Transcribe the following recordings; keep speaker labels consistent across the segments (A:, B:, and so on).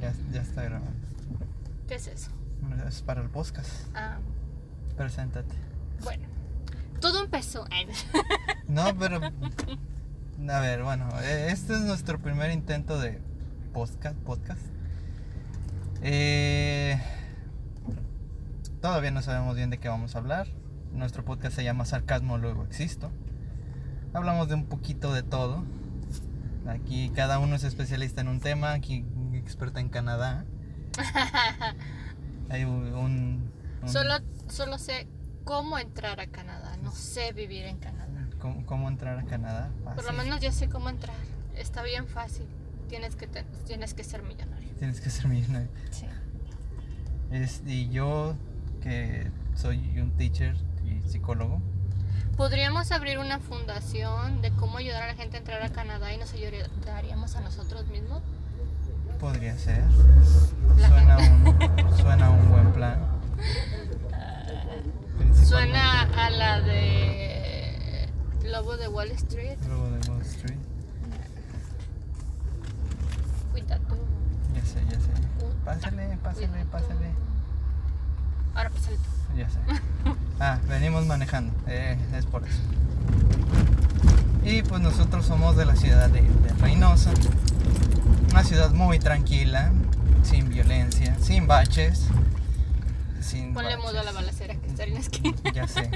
A: Ya, ya está grabando.
B: ¿Qué es eso?
A: Es para el podcast.
B: Ah,
A: Preséntate.
B: bueno. Todo empezó. Ay,
A: No, pero. A ver, bueno, eh, este es nuestro primer intento de podcast. podcast. Eh, todavía no sabemos bien de qué vamos a hablar. Nuestro podcast se llama Sarcasmo Luego Existo. Hablamos de un poquito de todo. Aquí cada uno es especialista en un tema. Aquí un experto en Canadá. Hay un. un-
B: solo, solo sé cómo entrar a Canadá. No sé vivir en Canadá.
A: ¿Cómo, cómo entrar a Canadá?
B: Por lo
A: Fácil.
B: menos ya sé cómo entrar. Está bien fácil. Tienes que, te- tienes que ser millonario.
A: Tienes que ser millonario.
B: Sí.
A: Es- y yo, que soy un teacher y psicólogo,
B: Podríamos abrir una fundación de cómo ayudar a la gente a entrar a Canadá y nos ayudaríamos a nosotros mismos.
A: podría ser.
B: La
A: Suena
B: gente-
A: un, suena un buen plan. Principalmente
B: Suena a la de Lobo de Wall Street.
A: Lobo de Wall Street.
B: Cuida tú.
A: Ya sé, ya sé.
B: Cu-
A: Pásale,
B: cuida
A: pásale,
B: tú.
A: pásale.
B: Ahora pásale tú.
A: Ya sé. Ah, venimos manejando. eh, es por eso. Y pues nosotros somos de la ciudad de, de Reynosa. Una ciudad muy tranquila, sin violencia, sin baches. Sin
B: Ponle
A: baches.
B: modo a la balacera que está en la esquina.
A: Ya sé.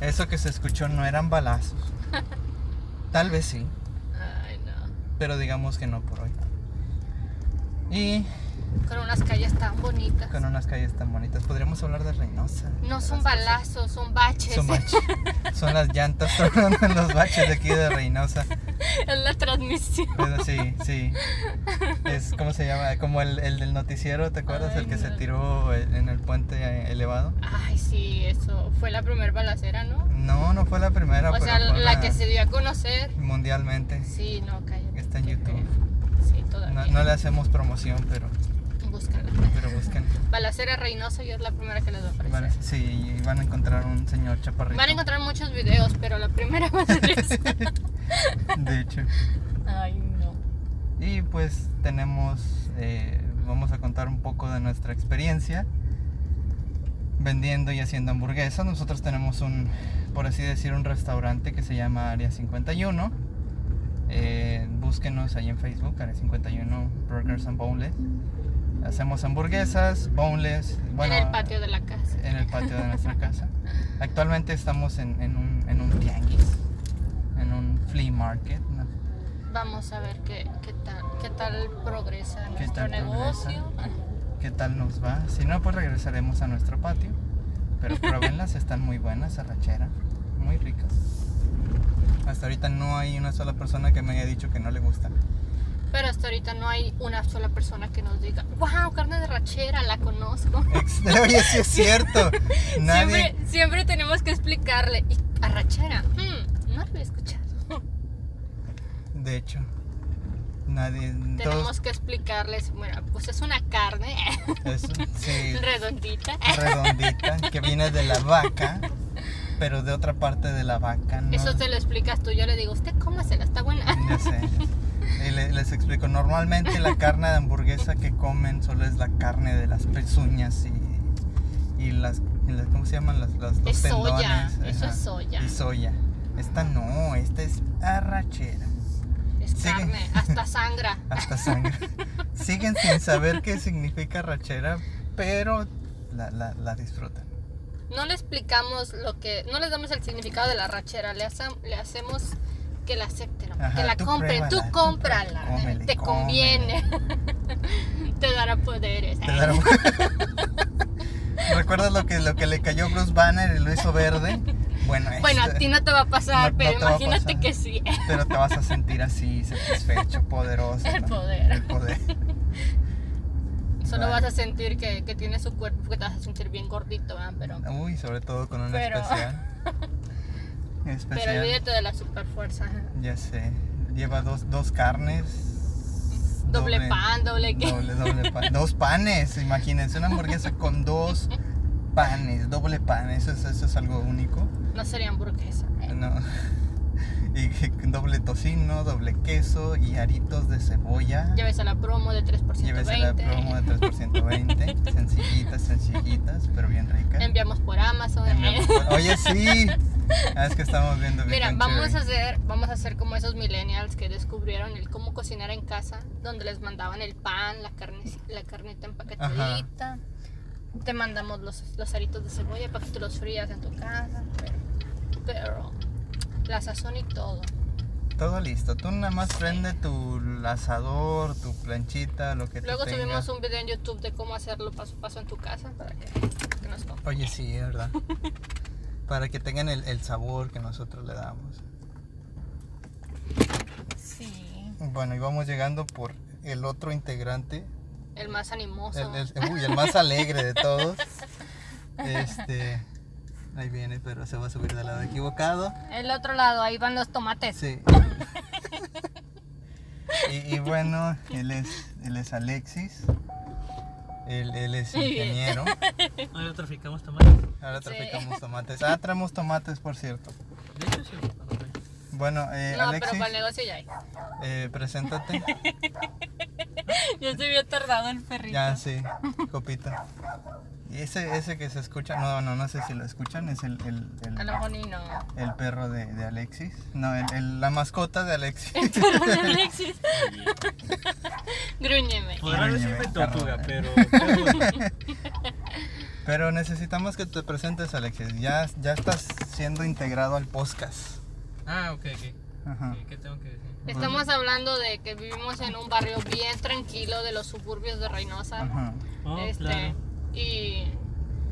A: Eso que se escuchó no eran balazos. Tal vez sí,
B: Ay, no.
A: pero digamos que no por hoy. Y
B: Con unas calles tan bonitas.
A: con unas calles tan bonitas. Podríamos hablar de Reynosa.
B: No son
A: Las cosas
B: balazos, son baches.
A: Son baches. Son las llantas tronando en los baches de aquí de Reynosa.
B: es la transmisión.
A: Pero sí, sí. Es como se llama, como el, el del noticiero, ¿te acuerdas?
B: Ay,
A: el que se
B: no.
A: tiró en el puente elevado.
B: Ay, sí, eso. Fue la primer balacera, ¿no?
A: No, no fue la primera.
B: o
A: pero
B: sea,
A: fue
B: la
A: una
B: que se dio a conocer.
A: Mundialmente.
B: Sí, no, cállate.
A: Está en
B: qué
A: YouTube.
B: feo. Sí,
A: No,
B: todavía.
A: no le hacemos promoción, pero,
B: Búscala.
A: pero busquen.
B: Balacera Reynosa, yo es la primera que les va a aparecer.
A: Vale, sí, y van a encontrar un señor chaparrito.
B: Van a encontrar muchos videos, pero la primera va a ser esa.
A: De hecho.
B: Ay, no.
A: Y pues tenemos, eh, vamos a contar un poco de nuestra experiencia vendiendo y haciendo hamburguesas. Nosotros tenemos un, por así decir, un restaurante que se llama Área 51. Eh, búsquenos ahí en Facebook, Área 51 Burgers and Boneless. Hacemos hamburguesas, boneless. bueno,
B: en el patio de la casa.
A: en el patio de nuestra casa. Actualmente estamos en, en un, en un tianguis, en un flea market. ¿no?
B: Vamos a ver qué, qué tal, qué tal progresa
A: ¿Qué
B: nuestro
A: tal progresa?
B: negocio.
A: ¿Qué tal nos va? Si no, pues regresaremos a nuestro patio. Pero pruébenlas, están muy buenas, arrachera, muy ricas. Hasta ahorita no hay una sola persona que me haya dicho que no le gusta.
B: Pero hasta ahorita no hay una sola persona que nos diga, wow, carne de rachera, la conozco.
A: Ex- Oye, sí es cierto. Nadie.
B: Siempre, siempre tenemos que explicarle, y arrachera, mm, no la había escuchado.
A: De hecho, nadie. Todos.
B: Tenemos que explicarles, bueno, pues es una carne
A: Es, sí,
B: redondita.
A: redondita que viene de la vaca, pero de otra parte de la vaca. No,
B: Eso se lo explicas tú, yo le digo, usted cómasela, está buena.
A: Ya sé. Y le- les explico, normalmente la carne de hamburguesa que comen solo es la carne de las pezuñas y, y las, y las- ¿cómo se llaman? Las, las- los
B: Es soya,
A: tendones,
B: eso
A: ajá,
B: es soya,
A: Y soya. Esta no, esta es arrachera,
B: es
A: sigue.
B: carne, hasta sangra.
A: hasta sangre. Siguen sin saber qué significa arrachera, pero la, la- la disfrutan.
B: No le explicamos lo que, no les damos el significado de la rachera, le, hace- le hacemos que la acepten,
A: Ajá,
B: que la
A: tú
B: compren, tú
A: pruébala, tú
B: cómprala,
A: prue- cómele,
B: te conviene, te dará poderes.
A: Te dará un- ¿Recuerdas lo que, lo que le cayó Bruce Banner y lo hizo verde? Bueno,
B: Bueno, a
A: este-
B: ti no te va a pasar,
A: no- no
B: pero
A: te va a
B: imagínate
A: pasar.
B: que sí,
A: Pero te vas a sentir así, satisfecho, poderoso.
B: El
A: ¿no?
B: poder.
A: El poder.
B: solo
A: Vale.
B: vas a sentir que, que tiene su cuerpo, que te vas a sentir bien gordito, ¿verdad? pero,
A: Uy, sobre todo con un
B: Pero-
A: especial. Especial.
B: pero olvídate de la super fuerza.
A: Ya sé. Lleva dos, dos carnes.
B: Doble pan, doble qué.
A: Doble, doble pan. Dos panes, imagínense. Una hamburguesa con dos panes, doble pan, eso es, eso es algo único.
B: No sería hamburguesa. ¿eh?
A: No. Y que- doble tocino, doble queso y aritos de cebolla.
B: Llévese la promo de 3 por
A: Llévese la
B: 120.
A: promo de 3% 20. sencillitas, sencillitas, pero bien ricas.
B: Enviamos por Amazon. ¿eh?
A: Enviamos por- Oye, sí. Ah, es que estamos viendo Big
B: Mira,
A: Bang
B: vamos a
A: Theory.
B: hacer, vamos a hacer como esos millennials que descubrieron el cómo cocinar en casa, donde les mandaban el pan, la carne, la carnita empaquetadita. Te mandamos los, los aritos de cebolla para que tú los frías en tu casa, pero, pero la sazón y todo.
A: Todo listo. Tú nada más prende tu asador, tu planchita, lo que
B: Luego
A: tú tengas.
B: subimos un video en YouTube de cómo hacerlo paso a paso en tu casa para que, que nos compren.
A: Oye, sí, es verdad. Para que tengan el, el sabor que nosotros le damos.
B: Sí.
A: Bueno, y vamos llegando por el otro integrante,
B: El más animoso.
A: el, el- uy, el más alegre de todos. Este, ahí viene, pero se va a subir del lado equivocado.
B: El otro lado, ahí van los tomates.
A: Sí. Y, y bueno, él es, él es Alexis. Él, él es
B: Muy bien.
A: ingeniero.
C: Ahora traficamos tomates.
A: Ahora
B: Sí.
A: traficamos tomates. Ah, traemos tomates, por cierto.
C: De hecho, sí. ok.
A: Bueno, eh,
B: no,
A: Alexis,
B: pero para el negocio ya hay.
A: eh, preséntate.
B: Ya se había tardado el perrito.
A: Ya, sí, copita. Y ese, ese que se escucha, no, no, no sé si lo escuchan, es el, el, el-
B: A lo mejor ni no.
A: el perro de, de Alexis. No, el- el- la mascota de Alexis.
B: Perro de Alexis. Grúñeme.
C: Podrá
A: Oye,
C: decirme
A: me
C: tortuga,
A: carro,
C: pero. pero-
A: Pero necesitamos que te presentes, Alexis. Ya, ya estás siendo integrado al podcast.
C: Ah, ok, ok.
A: Ajá.
C: Ok, ¿Qué tengo que decir?
B: Estamos hablando de que vivimos en un barrio bien tranquilo de los suburbios de Reynosa.
A: Ajá.
C: Oh,
B: este,
C: claro.
B: Y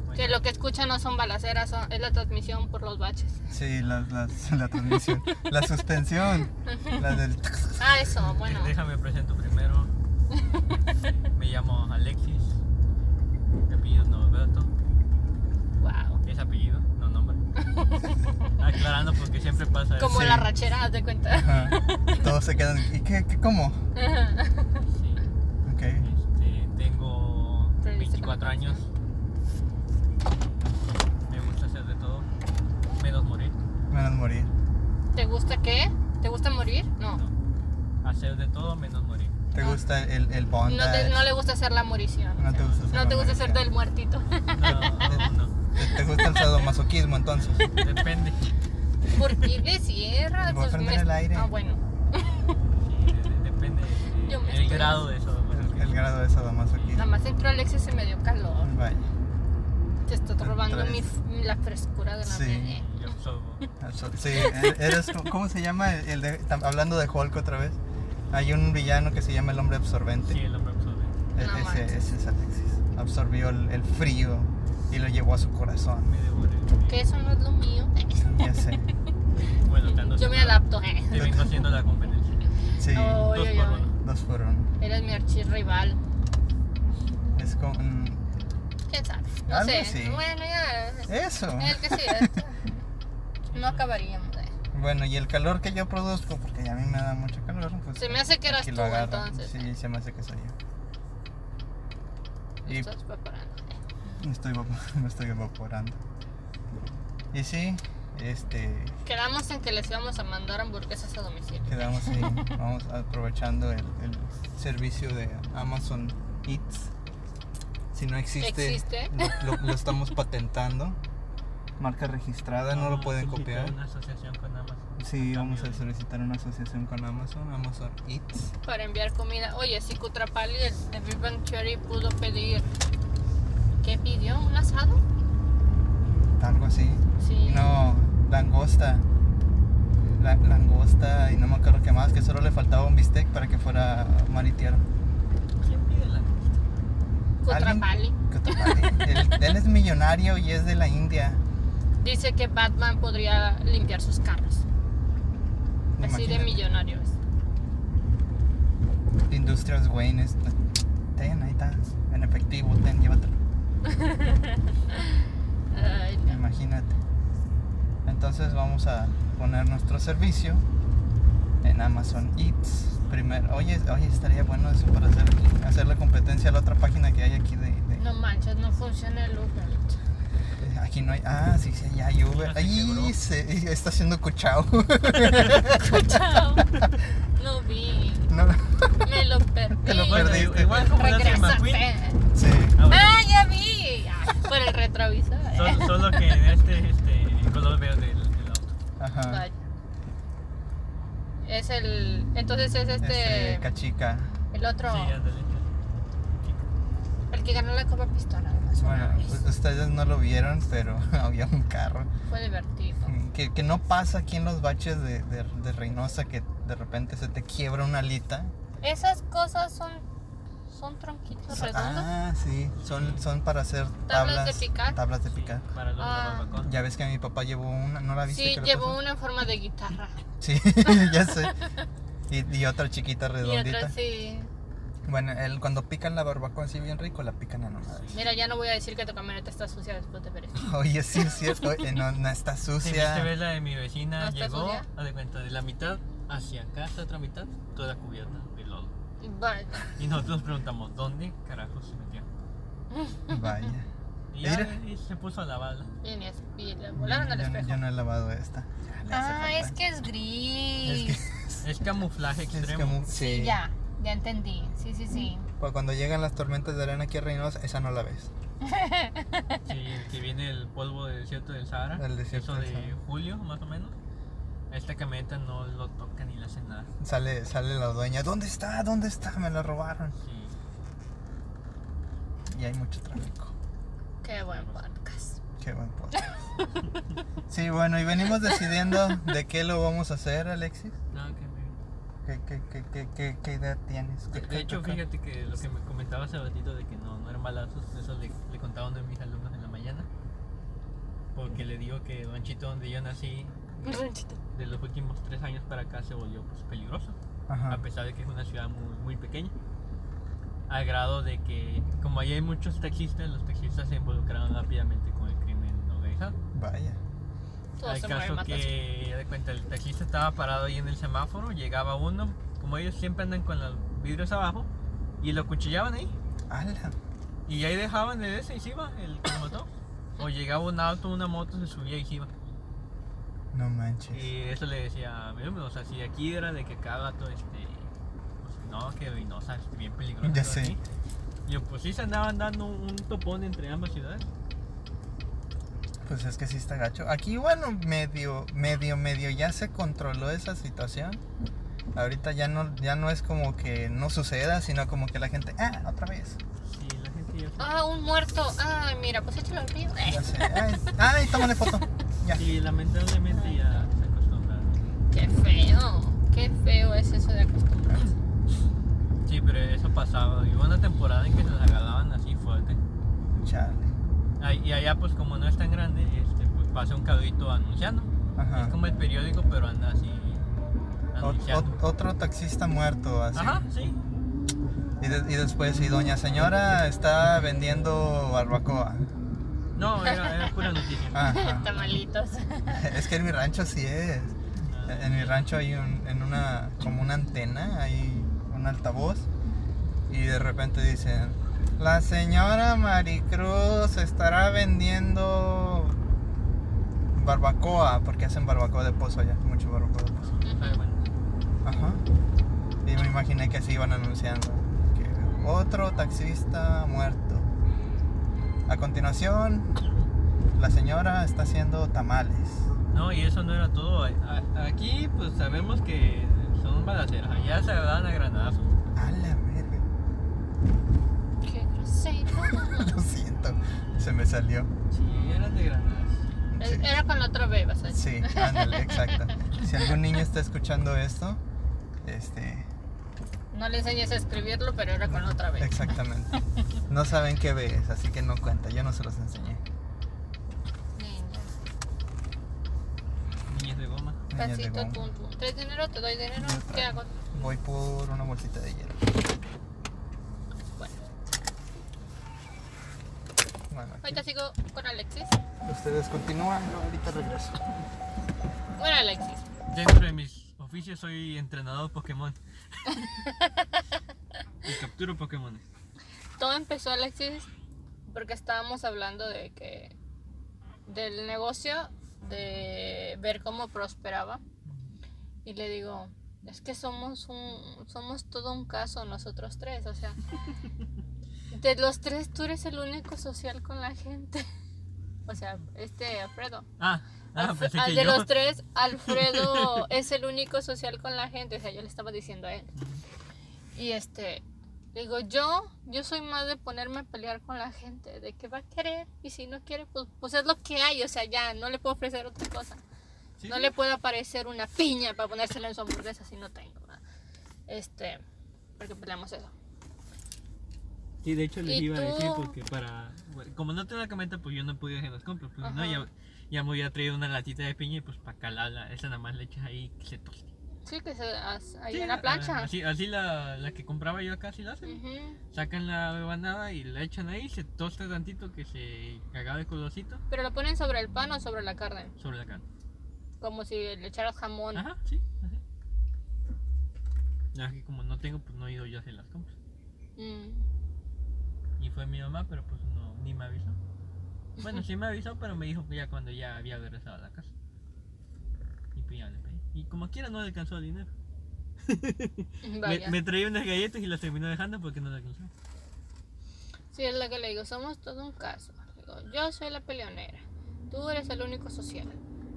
C: Bueno.
B: que lo que escuchan no son balaceras, son- es la transmisión por los baches.
A: Sí, la, la, la transmisión. la suspensión. La del.
B: Ah, eso, bueno.
C: Déjame presento primero. Me llamo Alexis. Mi apellido es Novato.
B: Wow.
C: Es apellido, no nombre. Aclarando porque siempre pasa eso.
B: Como
A: Sí.
B: la rachera, haz de cuenta.
A: Ajá. Todos se quedan. ¿Y qué? qué ¿Cómo?
C: Sí.
A: Ok.
C: Este, tengo
B: Pero ya se
C: 24
B: conoce.
C: años. Me gusta hacer de todo. Menos morir.
A: Menos morir.
B: ¿Te gusta qué? ¿Te gusta morir? No.
C: No. Hacer de todo menos morir.
A: ¿Te
B: No.
A: gusta el, eh, el
B: No, te-
A: bondage?
B: no le gusta hacer la morición.
A: No te gusta hacer
B: No te gusta hacer
A: bondage.
B: del muertito.
C: No, aún no.
A: ¿Te, te gusta el sadomasoquismo entonces?
C: Depende. Sí,
B: ¿Por qué le cierras?
A: Voy a prender el aire.
B: Ah, bueno.
C: de- de- depende de-
B: Yo me
C: el
B: estoy-
C: grado de eso. pues,
A: El, el grado de
B: Nada
A: sadomasoquismo.
B: más entró Alexis y me dio calor.
A: Vaya.
B: Te está robando
A: Otra
B: mi,
A: vez.
B: la frescura de la
A: Sí.
B: bebé.
C: Yo absorbo.
A: al sol. Sí, e- eres. ¿Cómo se llama? El, el de- tam- hablando de Hulk otra vez. Hay un villano que se llama el hombre absorbente.
C: Sí, el hombre pues, absorbe.
A: E-
B: No
A: ese,
B: manches.
A: ese es Alexis. Absorbió el, el frío y lo llevó a su corazón.
C: Me devora el frío.
B: Que eso no es lo mío.
A: Ya sé.
C: Bueno, te ando
B: Yo me
C: haciendo-
B: adapto, eh.
C: Te vengo haciendo la competencia.
A: Sí.
B: Oh,
C: dos
B: ay,
C: por
B: ay, ay.
C: uno.
A: Dos por uno.
B: Eres mi archirrival.
A: Es como. mm,
B: ¿Quién sabe? No
A: Algo
B: sé.
A: así.
B: Bueno, ya.
A: Eso.
B: El que sí. este. No acabaríamos, eh.
A: Bueno, y el calor que yo produzco, porque a mí me da mucho calor, pues.
B: Se me hace que eras
A: aquí
B: tú,
A: lo agarro.
B: entonces.
A: Sí, se me hace que soy yo.
B: Me Estás preparando. eh.
A: Me estoy, evapo- me estoy evaporando. Y sí, este.
B: Quedamos en que les íbamos a mandar hamburguesas a domicilio.
A: Quedamos ahí. vamos aprovechando el, el servicio de Amazon Eats. Si no existe,
B: ¿Existe?
A: Lo, lo- lo estamos patentando. Marca registrada, no lo
C: Vamos a
A: pueden
C: solicitar
A: copiar.
C: Una asociación con Amazon.
A: Sí, vamos a
C: Cambio de-
A: solicitar una asociación con Amazon, Amazon Eats.
B: Para enviar comida. Oye, si Cutrapali el de Big Bang Theory pudo pedir. ¿Qué pidió? ¿Un asado?
A: Algo así.
B: Sí.
A: No, langosta. La- langosta y no me acuerdo qué más, que solo le faltaba un bistec para que fuera maritiero.
C: ¿Quién pide la lista?
A: ¿Alguien?
B: Cutrapali.
A: Que tu madre. él, él es millonario y es de la India.
B: Dice que Batman podría limpiar sus carros. Así de
A: Imagínate.
B: millonarios.
A: Industrias Wayne. es- Ten, ahí está. En efectivo, ten, llévatelo.
B: Ay, no.
A: Imagínate. Entonces vamos a poner nuestro servicio en Amazon Eats. Primero, oye, oye estaría bueno eso para hacer, hacer la competencia a la otra página que hay aquí de, de-
B: No manches, no funciona el Uber.
A: Aquí no hay. Ah, sí, sí, ya hay Uber.
C: Ya se
A: Ahí
C: quebró.
A: se, está haciendo cuchao.
B: Chao. No vi.
A: No,
B: Me lo perdí.
A: Te lo perdí. perdiste.
C: Igual como Dancer McQueen.
B: Regrésate.
A: sí.
C: Ah, bueno.
B: Ah, ya vi. Ah, Por el retrovisor. Eh,
C: Sol- solo que en este, este, el color verde del, del auto.
A: Ajá.
B: Vaya. Es el. Entonces es este.
A: Este, cachica.
B: el otro.
C: Sí, ándale.
B: el que ganó la Copa Pistola, además. una
A: Bueno, pues,
B: vez.
A: ustedes no lo vieron, pero había un carro.
B: Fue divertido.
A: Que, que no pasa aquí en los baches de, de, de Reynosa que de repente se te quiebra una alita.
B: Esas cosas son. Son tronquitos redondos.
A: Ah, sí. Son, son para hacer tablas,
B: Tablas de picar.
A: Tablas de
C: Sí,
A: picar.
C: para los
B: Ah.
C: barbacoas.
A: Ya ves que mi papá llevó una, ¿no la viste?
B: sí,
A: Ah, que le
B: llevó
A: pasó?
B: una en forma de guitarra.
A: Sí, ya sé. Y, y otra chiquita
B: Y
A: redondita.
B: otra sí.
A: Bueno, el, cuando pican la barbacoa así bien rico, la pican a nomás.
B: Mira, ya no voy a decir que tu camioneta está sucia después de ver esto.
A: Oye, sí, es cierto. oye, no, no está
C: Sí, viste
A: sucia.
C: ves la de mi
B: ¿No
C: vecina,
B: está
C: llegó,
B: sucia?
C: haz de cuenta, de la mitad hacia acá, hasta otra mitad, toda cubierta de lodo.
B: Vaya.
C: Y nosotros preguntamos, ¿dónde carajo se metió?
A: Vaya.
C: Y ya
A: Mira.
C: y se puso a lavarla.
B: Y, ni es- y le volaron al
A: Yo- yo, no-
B: espejo.
A: yo no he lavado esta. Ya, le hace
B: ah,
A: falta.
B: es que es gris.
A: Es
C: Es
A: que,
C: camuflaje
A: es que
C: extremo.
A: mu- sí.
B: Ya, ya entendí. Sí, sí, sí.
A: Pues cuando llegan las tormentas de arena aquí a Reynosa, esa no la ves.
C: Sí, que viene el polvo del desierto del Sahara.
A: El desierto
C: eso
A: del
C: de
A: Sahara.
C: julio, más o menos. A esta camioneta no lo toca ni le hace nada.
A: Sale, sale la dueña. ¿Dónde está? ¿Dónde está? Me la robaron.
C: Sí.
A: Y hay mucho tráfico.
B: Qué buen podcast.
A: Qué buen podcast. Sí, bueno, y venimos decidiendo de qué lo vamos a hacer, Alexis.
C: No, que me-
A: ¿Qué, qué, qué, qué, qué, qué idea tienes?
C: de-
A: ¿Qué-
C: De
A: qué-
C: hecho,
A: qué-
C: fíjate que lo que me comentaba hace ratito de que no, no eran balazos, eso le, le contaba a uno de mis alumnos en la mañana. Porque le digo que el ranchito donde yo nací,
B: Ranchito.
C: de los últimos tres años para acá, se volvió pues, peligroso.
A: Ajá.
C: a pesar de que es una ciudad muy, muy pequeña. Al grado de que, como ahí hay muchos taxistas, los taxistas se involucraron rápidamente con el crimen organizado.
A: Vaya.
B: Todo
C: Al
B: se mueve
C: caso
B: más fácil.
C: que, ya de cuenta, el taxista estaba parado ahí en el semáforo, llegaba uno, como ellos siempre andan con los vidrios abajo, y lo cuchillaban ahí.
A: ¡Hala!
C: Y ahí dejaban el ese y se iba, el que lo mató. O llegaba un auto, una moto, se subía y se iba.
A: No manches.
C: Y eso le decía a mi alumno, o sea, si aquí era de que cada gato, este, pues no, que Reynosa es bien peligroso.
A: Ya sé.
C: así. Y yo, pues sí se andaban dando un un topón entre ambas ciudades.
A: Pues es que sí está gacho. Aquí, bueno, medio, medio, medio ya se controló esa situación. Ahorita ya no, ya no es como que no suceda, sino como que la gente, ah, otra vez.
C: Sí, la gente ya
B: Ah, un muerto. Ay, mira, pues échalo al río. Eh,
A: Ya sé, ay, ay, tómale foto. Ya.
C: Sí, lamentablemente ya se acostumbraron.
B: Qué feo. Qué feo es eso de acostumbrarse.
C: Sí, pero eso pasaba. Y hubo una temporada en que se las agarraban así fuerte.
A: Chale.
C: Ay, y allá, pues como no es tan grande, este, pues pasa un cabrito anunciando.
A: Ajá.
C: Es como el periódico, pero anda así
A: Ah. Ot-
C: anunciando.
A: ot- otro taxista muerto, así.
C: Ah, Ajá, sí.
A: Y, de- y después, y doña señora está vendiendo barbacoa.
C: No, era, era pura noticia.
A: Ajá.
B: Tamalitos.
A: Es que en mi rancho sí es. En- En mi rancho hay un, en una, como una antena, hay un altavoz y de repente dicen, la señora Maricruz estará vendiendo barbacoa, porque hacen barbacoa de pozo allá, mucho barbacoa de pozo.
C: Pero Ah, bueno.
A: Ajá. Y me imaginé que así iban anunciando. que otro taxista muerto. A continuación, la señora está haciendo tamales.
C: No, y eso no era todo. A- a- Aquí, pues sabemos que son balaceras. Allá se dan a granazos.
A: A la verga.
B: Qué grosero.
A: Lo siento, se me salió.
C: Sí, eran de granadas.
A: Sí,
B: Es- Eh, Era con la otra beba, ¿sabes?
A: sí ándale, exacto. Si algún niño está escuchando esto, este,
B: No le enseñes a escribirlo, pero era con la otra beba.
A: exactamente. No saben qué ves, así que no cuenta, yo no se los enseñé.
B: Niña.
C: Niñas de goma.
A: Niñas de
B: Pasito,
A: goma.
B: tum, tum. ¿Tres dinero? ¿Te doy dinero? ¿Qué hago?
A: Voy por una bolsita de hielo.
B: Bueno,
A: Bueno, aquí-
B: ahorita sigo con Alexis.
A: ustedes continúan, yo ahorita regreso.
B: Bueno, Alexis.
C: Dentro de mis oficios soy entrenador Pokémon. y capturo Pokémones.
B: Todo empezó, Alexis, porque estábamos hablando de que del negocio, de ver cómo prosperaba. Y le digo, es que somos un, somos todo un caso nosotros tres, o sea, de los tres tú eres el único social con la gente. O sea, este Alfredo.
C: Ah, ah,
B: Alf-
C: pensé
B: al
C: que
B: de
C: yo.
B: los tres, Alfredo es el único social con la gente. O sea, yo le estaba diciendo a él. Y este, le digo, yo, yo soy más de ponerme a pelear con la gente, de que va a querer y si no quiere, pues, pues es lo que hay. O sea, ya no le puedo ofrecer otra cosa.
C: Sí,
B: No
C: sí.
B: le puedo aparecer una piña para ponérsela en su hamburguesa si no tengo. ¿verdad? Este, porque peleamos eso.
C: Sí, de hecho les
B: ¿Y
C: iba a decir
B: tú?
C: porque para... bueno, como no tengo la cameta, pues yo no podía hacer las compras. Pues no,
B: Ajá.
C: ya, ya me había traído una latita de piña y pues para calarla. Esa nada más le echas ahí que se toste.
B: Sí, que se hace ahí
C: Sí,
B: en la plancha.
C: a- Así, así la, la que compraba yo acá, así la hacen.
B: Ujú.
C: Sacan la rebanada y la echan ahí, se tosta tantito que se cagaba el colorcito
B: Pero lo ponen sobre el pan o sobre la carne.
C: sobre la carne.
B: Como si le echaras jamón.
C: Ajá, sí, así. Ya que como no tengo, pues no he ido yo a hacer las compras.
B: Mm.
C: Y fue mi mamá, pero pues no, ni me avisó. Bueno, sí me avisó, pero me dijo que ya cuando ya había regresado a la casa. Y pues ya le pedí. Y como quiera no le alcanzó el dinero. Me,
B: Vaya.
C: me traía unas galletas y las terminó dejando porque no le alcanzó.
B: Sí, es lo que le digo, somos todo un caso. Le digo, yo soy la peleonera, tú eres el único social.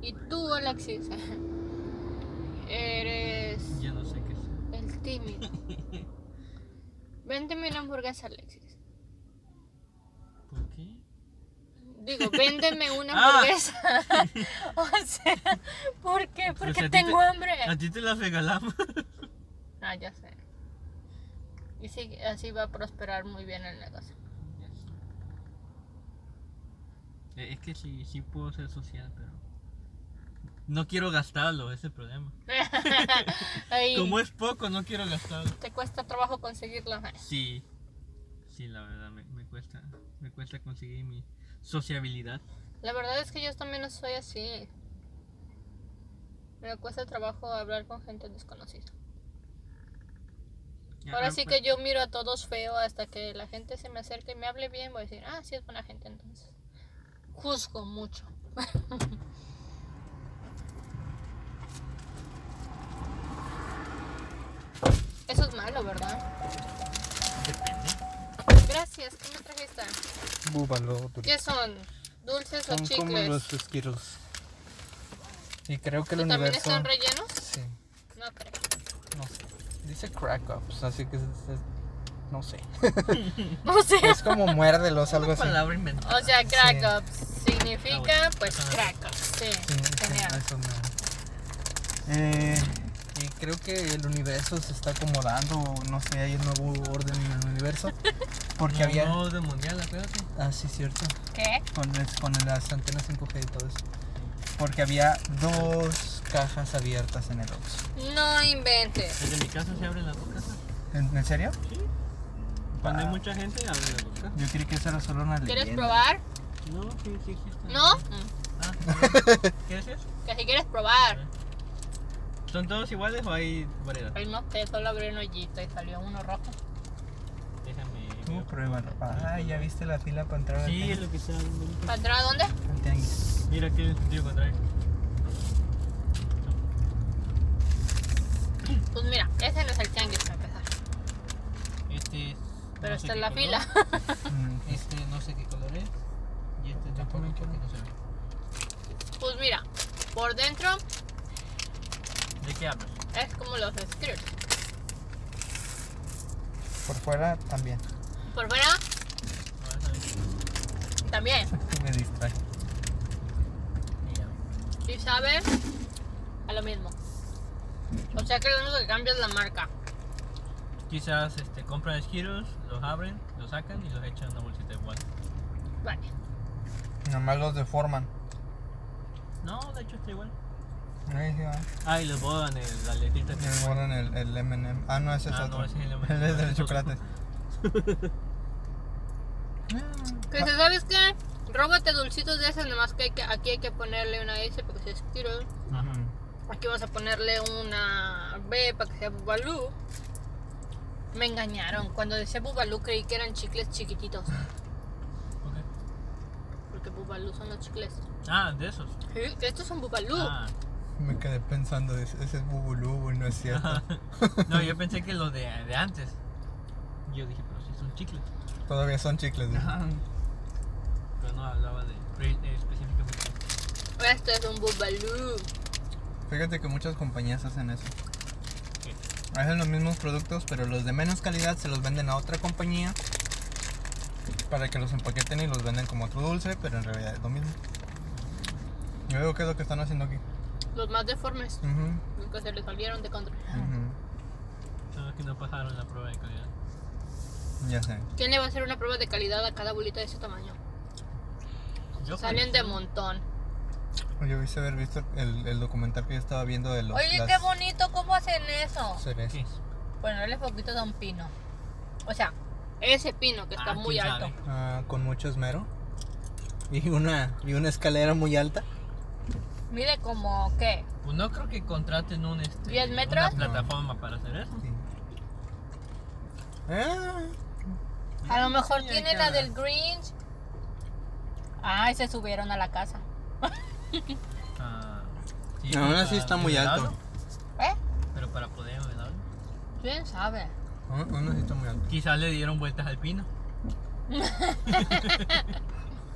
B: Y tú, Alexis, eres
C: Yo no sé qué es.
B: el tímido. Véndeme una hamburguesa, Alexis.
C: ¿Por qué?
B: Digo, véndeme una
C: Ah.
B: hamburguesa. o sea, ¿por qué?
C: Pues a
B: Porque
C: ti te-
B: tengo hambre.
C: A ti te las regalamos.
B: Ah, ya sé. Y sí, así va a prosperar muy bien el negocio.
C: Eh, Es que sí, sí puedo ser social, pero. No quiero gastarlo, ese es el problema.
B: Ahí
C: Como es poco, no quiero gastarlo.
B: te cuesta trabajo conseguirlo. ¿eh?
C: Sí, sí, la verdad, me, me cuesta. Me cuesta conseguir mi sociabilidad.
B: La verdad es que yo también no soy así. Me cuesta trabajo hablar con gente desconocida. Ahora
A: ah,
C: ah,
B: sí
A: pues.
C: pues,
B: que yo miro a todos feo hasta que la gente se me acerque y me hable bien. Voy a decir, ah, sí es buena gente entonces. Juzgo mucho. Eso es malo, ¿verdad?
C: Depende.
B: Gracias, ¿qué me trajiste?
A: Búbalo, tú.
B: ¿Qué son? ¿Dulces
A: Son
B: o
A: como
B: chicles?
A: los esquiros. Y creo que el
B: ¿Y también
A: universo.
B: están rellenos?
A: Sí,
B: No creo.
A: no sé. Dice crack ups, así que es- es- no sé.
B: No sé.
A: Es como muérdelos, algo
C: Una
A: así.
C: palabra inventada.
B: O sea, crack
A: Sí.
B: ups significa
C: Ah, bueno.
B: pues
C: Ajá.
B: crack ups, sí.
A: Sí, sí,
B: Genial.
A: eso me- Eh, y creo que el universo se está acomodando, no sé, hay un nuevo orden en el universo. Porque
C: No,
A: había.
C: No, de mundial, acuérdate.
A: Ah, sí, cierto.
B: ¿Qué?
A: Con, el- con las antenas 5G y todo eso. Porque había dos cajas abiertas en el Oxxo.
B: No inventes.
C: Desde mi casa se abren las dos casas.
A: ¿En, en serio?
C: Sí. Cuando hay
A: Ah.
C: mucha gente, abren las dos casas.
A: Yo creí que eso era solo una leyenda.
B: ¿Quieres probar?
C: No, sí, sí existe.
B: ¿No? Mm,
C: Ah, bueno. ¿Qué haces?
B: Que si quieres probar.
C: ¿Son todos iguales o hay variedad?
B: Ay, no sé, solo abrí un hoyito y salió uno rojo.
C: Déjame.
A: Tú pruébalo. Ah, ya viste la fila para entrar al
C: Sí,
A: tianguis.
C: es lo que está hablando ahorita.
B: ¿Para entrar a dónde?
A: al tianguis.
C: Mira que el sentido contrario.
B: Pues mira, ese no es el tianguis para empezar.
C: Este es.
B: Pero
C: no sé
B: está
C: qué
B: en la
C: color.
B: fila.
A: Mm, pues,
C: Este no sé qué color es. Y este tampoco porque no se ve.
B: Pues mira, por dentro
C: ¿De qué hablas?
B: es como los Skittles.
A: por fuera también.
B: Por fuera
C: Ahora sabes.
B: también.
A: Me distrae.
C: Y ya.
B: Y sabe a lo mismo. O sea que lo único que cambia es la marca.
C: Quizás este, compran Skittles, los abren, los sacan y los echan en una bolsita de guante.
B: Vale.
A: Nomás los deforman.
C: No, de hecho está igual.
A: Ahí sí va.
C: Ah, y los bodan en la letrita que
A: Le borran el, el M&M. Ah, no, ese es
C: Ah,
A: otro.
C: no, ese es el
A: Ese
C: M&M.
A: es del
C: Ese es otro.
A: chocolate.
B: Que te sabes qué? Róbate dulcitos de esas, nomás que, hay que- aquí hay que ponerle una S porque se estiro.
A: Ah, mm,
B: Aquí vas a ponerle una B para que sea Bubalú. Me engañaron. Cuando decía Bubalú creí que eran chicles chiquititos.
C: Ok.
B: Porque Bubalú son los chicles
C: Ah, de esos.
B: Sí, que estos son bubalú.
C: Ah.
A: Me quedé pensando, ese ese es bubulú, no es cierto.
C: no, yo pensé que los de, de antes. Yo dije, pero si son chicles.
A: Todavía son chicles. ¿no?
C: Pero no hablaba de eh, específicamente.
B: Esto Este es un bubalú.
A: Fíjate que muchas compañías hacen eso.
C: ¿Qué?
A: Hacen los mismos productos, pero los de menos calidad se los venden a otra compañía para que los empaqueten y los venden como otro dulce, pero en realidad es lo mismo. Yo veo que es lo que están haciendo aquí.
B: Los más deformes.
A: Ujú,
B: Nunca se les volvieron de control.
A: ujú,
C: Son los que no pasaron la prueba de calidad.
A: Ya sé.
B: ¿Quién le va a hacer una prueba de calidad a cada bolita de ese tamaño?
C: Yo
B: Salen de
C: conozco-
B: montón.
A: Yo hubiese haber visto el, el documental que yo estaba viendo de los.
B: Oye,
A: las
B: qué bonito, ¿cómo hacen eso?
A: cerezas.
C: ¿Qué?
B: Ponerle poquito de un pino. O sea, ese pino que está
C: Ah,
B: muy
C: quién
B: alto.
C: sabe.
A: Ah, con mucho esmero. Y una, y una escalera muy alta.
B: Mire como, ¿qué?
C: Pues no creo que contraten un este,
B: 10 metros.
C: una plataforma para hacer eso.
A: Sí. Ah,
B: A lo mejor
A: sí, hay
B: tiene
A: que
B: la
A: ver.
B: del Grinch. Ay, se subieron a la casa.
C: Ah, sí,
A: No,
C: pero
A: aún así
C: para
A: está muy
C: nivelarlo,
A: alto.
B: ¿Eh?
C: Pero para poder nivelarlo.
B: ¿Quién sabe?
A: ah, uno sí está muy alto.
C: Quizás le dieron vueltas al pino.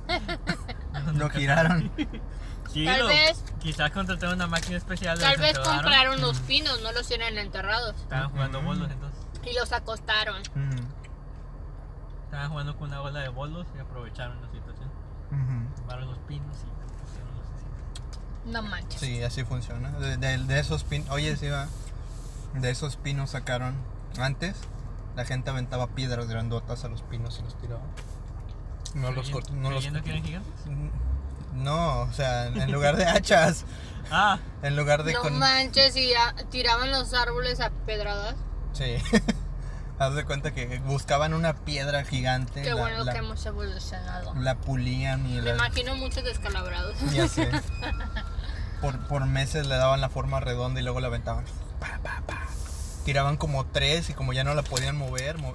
C: Ah,
A: Lo giraron.
C: Sí,
B: Tal
C: lo-
B: vez-
C: Quizás contrataron una máquina especial.
B: Tal vez
C: desenterraron.
B: compraron los
A: Mm.
B: pinos, no los tienen enterrados.
C: Estaban jugando
A: Ujú.
C: bolos entonces.
B: Y los acostaron.
A: Mm,
C: Estaban jugando con una bola de bolos y aprovecharon la situación.
A: ujú.
C: Tomaron los pinos y pusieron los así.
B: No manches.
A: Sí, así funciona. De, de- de esos pinos, oye, sí va. De esos pinos sacaron. Antes, la gente aventaba piedras grandotas a los pinos y los tiraba. No los
C: Creyendo-
A: cortó, no los
C: creyendo que eran gigantes?
A: No, o sea, en lugar de hachas,
C: Ah,
A: en lugar de
B: No
A: con.
B: manches, y a- tiraban los árboles a pedradas.
A: Sí. Haz de cuenta que buscaban una piedra gigante.
B: Qué
A: la,
B: bueno
A: la-
B: que hemos evolucionado.
A: la pulían y
B: Me
A: la.
B: imagino muchos descalabrados.
A: Ya sé. Por, por meses le daban la forma redonda y luego la aventaban. Pa, pa, pa. Tiraban como tres y como ya no la podían mover, mo-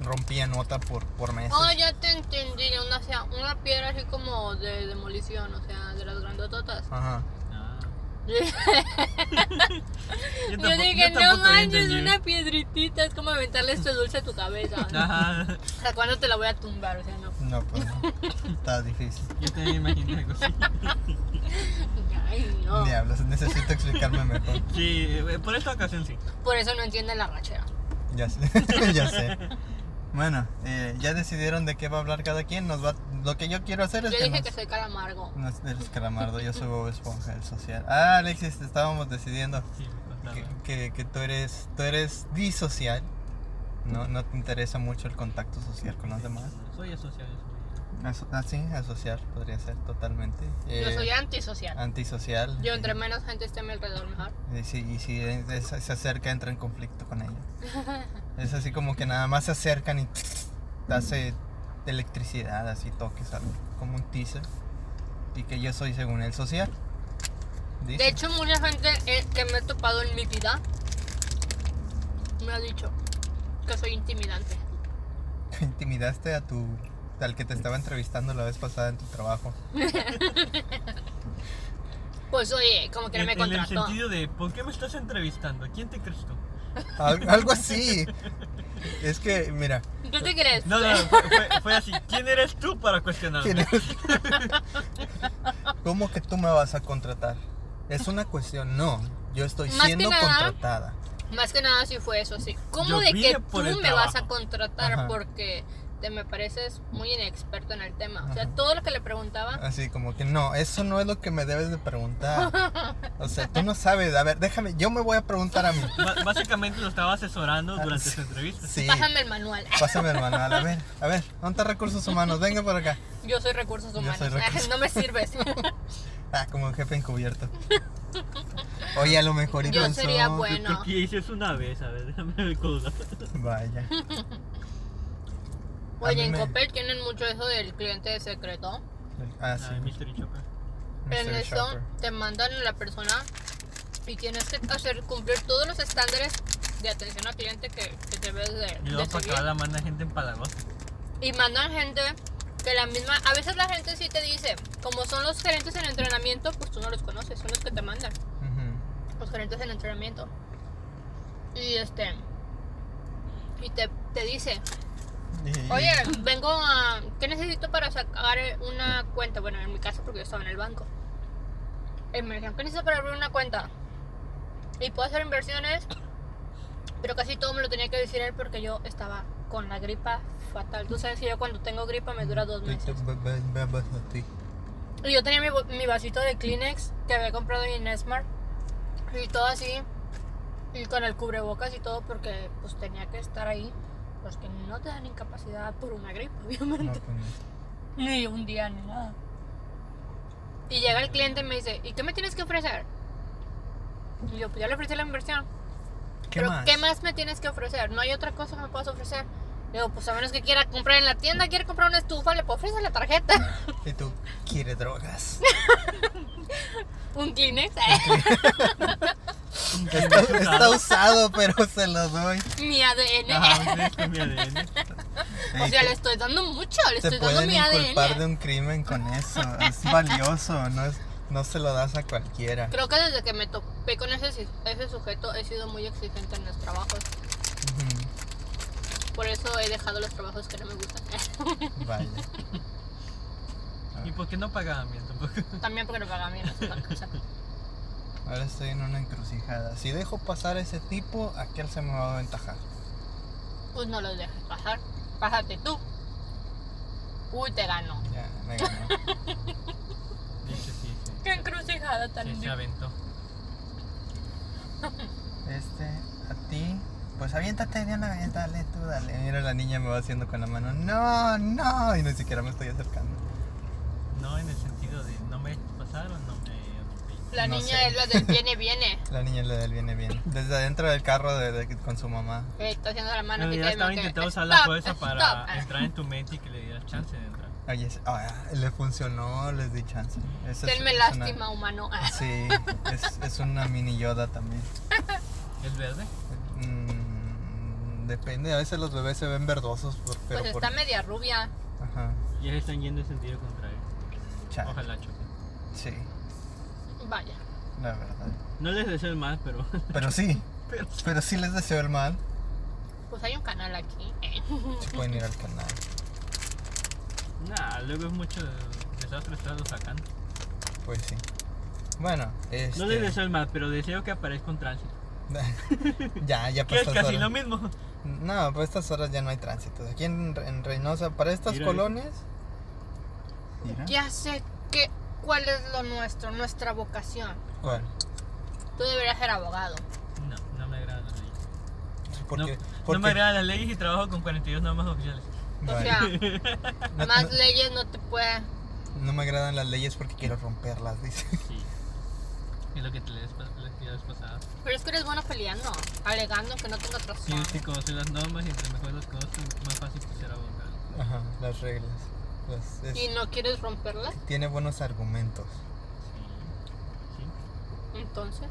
A: rompían otra por, por meses.
B: Oh, ya te entendí. Una, o sea, una piedra así como de demolición, o sea, de las grandototas.
A: Ajá.
C: Ah.
B: Yo,
C: tampoco-
B: dije, no
C: tampoco había
B: manches,
C: entendido".
B: una piedritita. Es como aventarle este dulce a tu cabeza.
C: Ajá,
B: O sea, ¿cuándo te la voy a tumbar? O sea, no.
A: No, pues no. Está difícil.
C: yo también imaginé algo así.
B: Ay, no.
A: Diablos, necesito explicarme mejor.
C: Sí, eh, por esta ocasión sí.
B: Por eso no entienden la rachera.
A: Ya sé. ya sé. Bueno, eh, ya decidieron de qué va a hablar cada quien. Nos va, lo que yo quiero hacer
B: Yo
A: es que
B: dije
A: nos-
B: que soy calamargo.
A: No es eres calamardo, yo soy Bob Esponja, el social. Ah, Alexis, te estábamos decidiendo
C: Sí, me contaba.
A: que, que- que tú eres tú eres disocial. No, no te interesa mucho el contacto social con los demás.
C: Soy asociado. soy-
A: Aso- ah, sí, asocial podría ser totalmente.
B: Yo
A: Eh,
B: soy
C: Ah.
B: antisocial.
A: antisocial.
B: Yo entre menos gente esté a mi alrededor, mejor.
A: Y si, y si es- es- se acerca, entra en conflicto con ella. Es así como que nada más se acercan y te hace electricidad, así toques algo, como un teaser. Y que yo soy según el social. Dice.
B: De hecho, mucha gente eh, que me he topado en mi vida me ha dicho que soy intimidante.
A: Intimidaste a tu. al que te estaba entrevistando la vez pasada en tu trabajo.
B: Pues oye, como que
C: En,
B: me
C: en el
B: contrató.
C: sentido de, ¿por qué me estás entrevistando? ¿Quién te crees tú?
A: Al- algo así. Es que, mira,
B: ¿Tú te crees?
C: No, no, fue, fue- fue así. ¿Quién eres tú para cuestionarme?
A: tienes- ¿Cómo que tú me vas a contratar? Es una cuestión, no. Yo estoy
B: Más que
A: siendo
B: nada-
A: contratada.
B: Más que nada si fue eso, sí. ¿Cómo
C: Yo
B: de
C: vine
B: que tú
C: por
B: me
C: el
B: vas a
C: trabajo.
B: contratar
A: Ajá.
B: porque te me pareces muy inexperto en el tema? O sea,
A: Ajá. Ah,
B: todo lo que le preguntaba,
A: Así como que no, eso no es lo que me debes de preguntar. O sea, tú no sabes. A ver, déjame, yo me voy a preguntar a mí.
C: Ba- Básicamente lo estaba asesorando durante su entrevista.
A: Ah, Sí.
B: pásame el manual.
A: Pásame el manual. A ver, a ver, ¿dónde está recursos humanos? Venga por acá.
B: Yo soy recursos
A: soy
B: humanos.
A: recursos-
B: no me sirves.
A: Ah, como un jefe encubierto. Oye, a lo mejor y
B: Yo
A: pensó-
B: sería
C: Yo
B: bueno.
C: creo que hice eso una vez, a ver, déjame recordar.
A: Vaya. A mí
B: Oye, en
A: me-
B: Coppel tienen mucho eso del cliente de secreto.
A: Ah, sí.
C: Ah, Mystery Shopper.
A: Mr.
B: En eso
A: Shopper.
B: te mandan a la persona y tienes que hacer cumplir todos los estándares de atención al cliente que, que debes de,
C: Y
B: de
C: luego para
B: seguir.
C: acabar la manda gente empalagosa.
B: Y mandan gente Que la misma, a veces la gente sí te dice, como son los gerentes en entrenamiento, pues tú no los conoces, son los que te mandan,
A: Ujú.
B: los gerentes en entrenamiento. Y este, y te, te dice,
A: Y-
B: oye, vengo a, ¿qué necesito para sacar una cuenta? Bueno, en mi caso porque yo estaba en el banco. Y me dijeron, ¿qué necesito para abrir una cuenta? Y puedo hacer inversiones, pero casi todo me lo tenía que decir él porque yo estaba con la gripa fatal. Tú sabes que yo cuando tengo gripa me dura dos
A: Tú- tú-
B: meses.
A: ba- ba- ba- ba- a ti.
B: Y yo tenía mi, bo- mi vasito de Kleenex que había comprado en Smart y todo así, y con el cubrebocas y todo, porque pues tenía que estar ahí. Los que no te dan incapacidad por una gripa,
A: No,
B: obviamente.
A: pues no.
B: Ni un día ni nada. Y llega el cliente y me dice, ¿y qué me tienes que ofrecer? Y yo, pues ya le ofrecí la inversión.
A: ¿Qué
B: ¿Pero
A: más?
B: qué más me tienes que ofrecer? ¿No hay otra cosa que me puedas ofrecer? Le digo, pues a menos que quiera comprar en la tienda, quiere comprar una estufa, le puedo ofrecer la tarjeta.
A: Y tú quieres drogas.
B: un Kleenex.
A: está, está usado, pero se lo doy.
B: mi ADN.
C: Ajá, ustedes con mi ADN.
B: O
A: Ey,
B: sea,
A: te-
B: le estoy dando mucho, le
A: Te
B: estoy dando
A: pueden
B: mi
A: inculpar de
B: ADN.
A: un crimen con eso. Es valioso, no, es, no se lo das a cualquiera.
B: Creo que desde que me topé con ese, si- ese sujeto he sido muy exigente en los trabajos.
A: Ujú,
B: Por eso he dejado los trabajos que no me gustan.
A: Vale.
C: ¿Y por qué no pagaban bien tampoco?
B: También porque no pagaban bien las cosas.
A: Ahora estoy en una encrucijada. Si dejo pasar a ese tipo, aquel se me va a aventajar.
B: Pues no los dejes pasar. Pásate tú. Uy, te ganó.
A: Ya, me ganó.
C: Dice sí, sí.
B: Qué encrucijada tan
C: Sí, se
B: difícil.
C: aventó.
A: Este, a ti. Pues aviéntate de una vez, dale tú, dale. Mira, la niña me va haciendo con la mano, no, no, y ni siquiera me estoy acercando.
C: No en el sentido de no me pasaron, no me atropelló.
B: La
A: No
B: niña
A: sé.
B: es la del viene, viene.
A: La niña le da el viene bien. Desde adentro del carro de, de- con su mamá.
B: Eh, Está haciendo la mano
C: En
B: así
C: realidad
B: que
C: estaba
B: que-
C: intentando usar la
B: stop,
C: fuerza
B: stop.
C: para entrar en tu mente y que le dieras chance de entrar.
A: Oye, es- ah, le funcionó, les di chance. Esa es-
B: Tenme
A: es una-
B: lástima, humano. Ah,
A: Sí, es, es una mini Yoda también.
C: ¿Es verde?
A: Mm, depende, a veces los bebés se ven verdosos, por- pero
B: Pues
A: por...
B: está media rubia.
A: Ajá,
C: Y ellos están yendo en sentido contrario.
A: chale.
C: Ojalá choquen.
A: Sí,
B: Vaya.
A: la verdad.
C: No les deseo el mal, pero.
A: Pero sí,
C: pero-
A: pero sí les deseo el mal.
B: Pues hay un canal aquí.
A: ¿Eh? Se pueden ir al canal.
C: Nah, luego es mucho desastre estarlo sacando.
A: Pues sí. Bueno, este...
C: No les deseo el mal, pero deseo que aparezca un tránsito.
A: ya, ya
C: Que
A: para
C: es
A: estas
C: casi
A: horas.
C: lo mismo.
A: No, para estas horas ya no hay tránsito. Aquí en, en Reynosa, para estas
C: Mira,
A: colonias... Mira.
B: Ya sé que, cuál es lo nuestro, nuestra vocación.
A: ¿Cuál?
B: Tú deberías ser abogado.
C: No, no me agradan las leyes.
A: ¿Por
C: no,
A: qué?
C: no
A: ¿Por
C: me
A: qué?
C: agradan las leyes y trabajo con 42 normas oficiales.
B: O
A: Vale.
B: sea,
A: No-
B: más
A: no-
B: leyes no te pueden.
A: No me agradan las leyes porque quiero romperlas, dice.
C: Sí. Es lo que te les, les, les pasaba.
B: Pero es que eres bueno peleando, alegando que no tengo
C: Sí,
B: razón.
C: sí, conocer las normas y entre mejor las conoces, más fácil que será abogado.
A: Ajá, las reglas. Las- es-
B: Y no quieres romperlas,
A: Tiene buenos argumentos.
C: Sí. Sí.
B: entonces,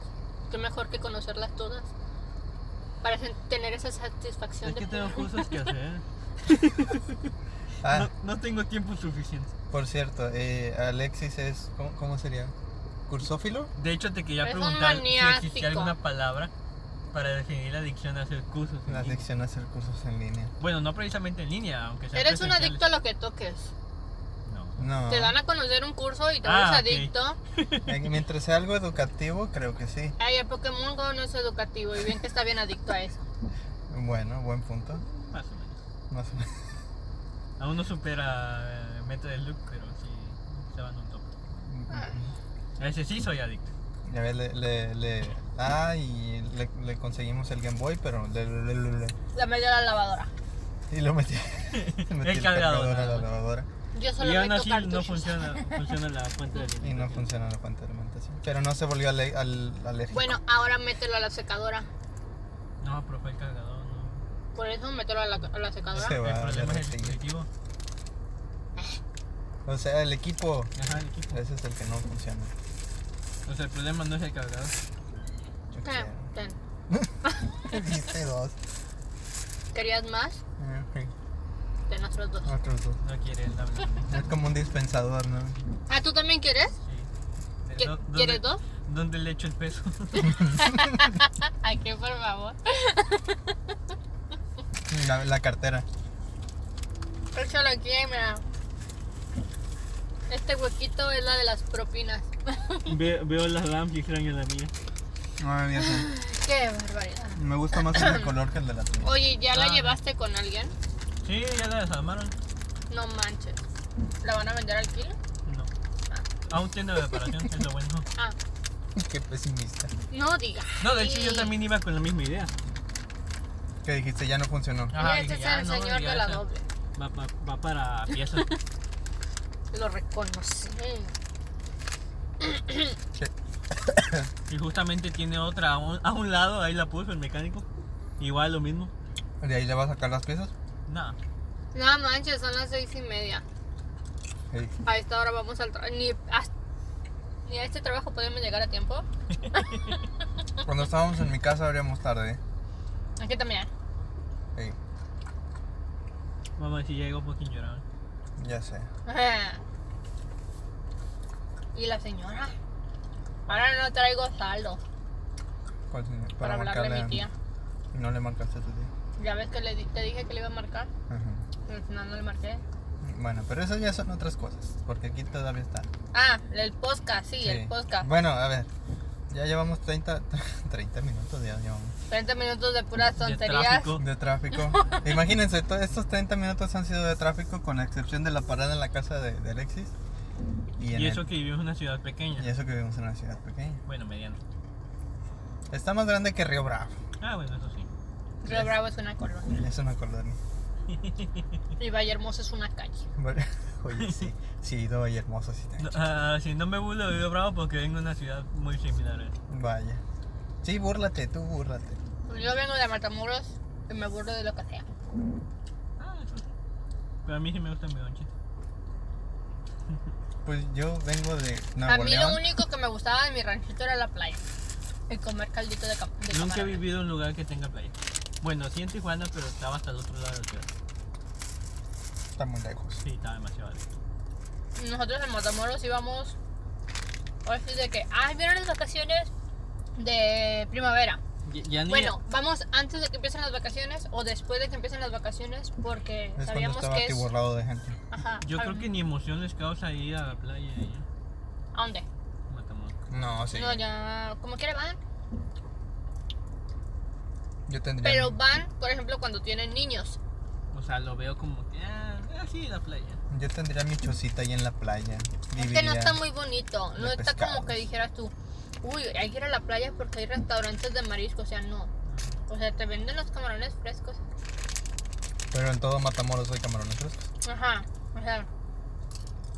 B: qué mejor que conocerlas todas para sen- tener esa satisfacción
C: Es
B: de
C: que tengo
B: poder-
C: cosas que hacer.
A: Ah,
C: No, no tengo tiempo suficiente.
A: por cierto, eh, Alexis es. ¿cómo, cómo sería? ¿Cursófilo?
C: De hecho, te quería
B: Es un
C: preguntar si
B: maniático.
C: existía alguna palabra para definir la adicción a hacer cursos. en
A: La
C: línea.
A: adicción a hacer cursos en línea.
C: Bueno, no precisamente en línea, aunque sea.
B: Eres un adicto a lo que toques.
C: No.
A: No.
B: Te dan a conocer un curso y te
C: Ah,
B: vuelves
C: ok.
B: adicto.
A: eh, Mientras sea algo educativo, creo que sí.
B: Ay, el Pokémon Go no es educativo y bien que está bien adicto a eso.
A: Bueno, buen punto.
C: Más o menos.
A: Más o menos.
C: Aún no supera el meta del look, pero sí se van un top.
B: Ah.
C: A ese sí soy adicto.
A: Ya ves, le. le, le- ah, y le, le conseguimos el Game Boy, pero. le- le- le- le-
B: La media de la lavadora.
A: y lo metí. le metí
C: El cargador,
A: a la
C: nada más.
A: lavadora.
B: Yo solo
C: Y aún
B: meto
C: así no
B: cartuchos.
C: funciona, funciona la fuente de
A: Y no
C: alimentación.
A: funciona la fuente de alimentación. Pero no se volvió ale- al, alérgico.
B: Bueno, ahora mételo a la secadora.
C: No, pero fue el cargador, no.
B: Por eso mételo a la, a la
A: Se
B: secadora. Eh,
A: va
C: El
A: a
C: problema es el
A: derretir.
C: dispositivo.
A: O sea, el equipo,
C: Ajá, el equipo.
A: ese es el que no funciona.
C: O sea, el problema no es el cargador.
A: Yo
B: Ah, ten.
A: quisiera. Viste dos.
B: ¿Querías más?
A: Ah, ok.
B: de nosotros dos.
A: Otros dos.
C: No quiere el hablar.
A: Es como un dispensador, ¿no?
B: Ah, ¿tú también quieres?
C: Sí.
B: ¿Qui-
C: Eh, Do- ¿dónde-
B: ¿Quieres dos?
C: ¿Dónde le echo el peso?
B: Aquí, por favor.
A: La, la cartera.
B: Échalo aquí, mira. Este huequito es la de las propinas.
C: Ve- veo las lamps y extraño la mía.
A: Ay, ya sé.
B: Qué barbaridad.
A: Me gusta más el color que el de la tuya.
B: Oye, ¿ya la
C: Ah.
B: llevaste con alguien?
C: Sí, ya la desarmaron.
B: No manches. ¿La van a vender al kilo?
C: No. Aún tiene reparación, es lo bueno.
B: Ah,
A: Qué pesimista.
B: no digas.
C: No, de hecho yo también iba con la misma idea.
A: Que dijiste, ya no funcionó.
C: Ajá,
B: este
C: dije,
B: es
C: "Ah,
B: el
C: no,
B: señor
C: ya
B: de la
C: esa
B: doble.
C: Va, pa- va para piezas.
B: Lo reconocí.
C: Y justamente tiene otra a un, a un lado, ahí la puso el mecánico. Igual lo mismo.
A: ¿De ahí le vas a sacar las piezas?
C: Nada.
B: No manches, son las seis y media.
A: Ey.
B: A esta hora vamos al trabajo. Ni, as- ni a este trabajo podemos llegar a tiempo.
A: Cuando estábamos en mi casa abríamos tarde. ¿eh?
B: Aquí también.
A: Ey,
C: Vamos a decir, ya llegó fucking llorando.
A: ya sé.
B: y la señora. Ahora no traigo saldo
A: ¿Cuál señor?
B: para, hablarle a mi tía.
A: No le marcaste a tu tía.
B: Ya ves que le di- te dije que le iba a marcar.
A: Ajá.
B: Al final no le marqué.
A: Bueno, pero eso ya son otras cosas. Porque aquí todavía está.
B: Ah, el podcast, sí,
A: Sí.
B: el podcast.
A: Bueno, a ver. Ya llevamos 30, 30 minutos ya llevamos
B: 30 minutos de puras
C: De
B: tonterías.
C: tráfico.
A: de tráfico. Imagínense, to- estos 30 minutos han sido de tráfico con la excepción de la parada en la casa de, de Alexis. Y, en
C: Y eso
A: el-
C: que vivimos en una ciudad pequeña.
A: y eso que vivimos en una ciudad pequeña.
C: Bueno, mediana.
A: Está más grande que Río Bravo.
C: Ah, bueno, eso sí.
B: Río Bravo es una colonia.
A: Eso me acordé.
B: Y Valle Hermoso es una calle.
A: Vale. Oye, sí, sí, doy hermoso, sí.
C: No, ah, si no me burlo de Río Bravo porque vengo de una ciudad muy similar. ¿eh?
A: Vaya. Sí, búrlate, tú búrlate.
B: Yo vengo de Matamoros y me burlo de lo que sea.
C: Ah, eso sí. Pero a mí sí me gusta mi donche.
A: Pues yo vengo de
B: a
A: Nuevo
B: mí
A: León.
B: lo único que me gustaba de mi ranchito era la playa y comer caldito de, cam- de
C: Nunca he
B: camarón.
C: vivido en un lugar que tenga playa. Bueno, sí en Tijuana, pero estaba hasta el otro lado de la ciudad.
A: Está muy lejos.
C: Sí, estaba demasiado lejos.
B: Nosotros en Matamoros íbamos. Ahora sí, de que. Ay, vieron las vacaciones de primavera.
C: Ya, ya ni-
B: Bueno, vamos antes de que empiecen las vacaciones o después de que empiecen las vacaciones porque
A: Es cuando
B: sabíamos
A: estaba
B: que es.
A: atiborrado de gente.
B: Ajá.
C: Yo
B: ¿a-
C: creo que ni emoción les causa ir a la playa y ya.
B: ¿A dónde?
C: Matamoros.
A: No, sí.
B: No, ya. Como quiera van.
A: Yo tendría.
B: Pero van, por ejemplo, cuando tienen niños.
C: O sea, lo veo como que, ah, ah, sí, la playa.
A: Yo tendría mi chocita ahí en la playa.
B: Este no
A: Viviría-
B: está muy bonito.
A: de
B: No está
A: pescados.
B: como que dijeras tú. Uy, hay que ir a la playa porque hay restaurantes de marisco. O sea, no. O sea, te venden los camarones frescos.
A: Pero en todo Matamoros hay camarones frescos.
B: Ajá. O sea.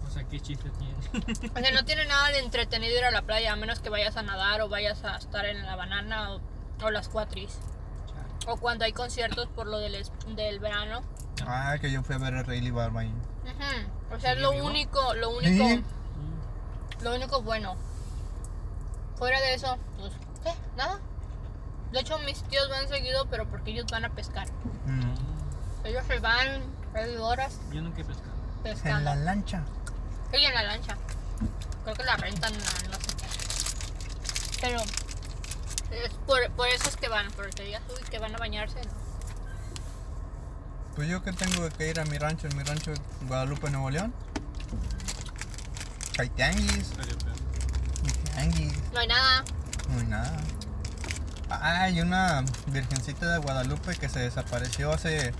C: O sea, ¿qué chiste tiene?
B: O sea, no tiene nada de entretenido ir a la playa, a menos que vayas a nadar o vayas a estar en la banana o, o las cuatris. O cuando hay conciertos por lo del, es- del verano.
A: Ah, que yo fui a ver a Rayleigh Barba ahí.
B: Ujú. O sea, es lo
C: ¿Sigue vivo?
B: único, lo único,
A: Sí.
C: Mm,
B: lo único bueno. Fuera de eso, pues, ¿qué? Nada. De hecho, mis tíos van seguido, pero porque ellos van a pescar.
A: Mm.
B: Ellos se van tres horas
C: Yo nunca he pescado.
A: En la
B: pescando.
A: lancha.
B: Y en la lancha. Creo que la rentan, la- no sé qué. Pero es por, por eso es que van, porque digas, uy, que van a bañarse, ¿no?
A: Pues yo que tengo que ir a mi rancho, en mi rancho en Guadalupe, Nuevo León. Hay tianguis,
C: Pero, pero,
A: hay tianguis.
B: No hay nada.
A: No hay nada. Ah, hay una virgencita de Guadalupe que se desapareció hace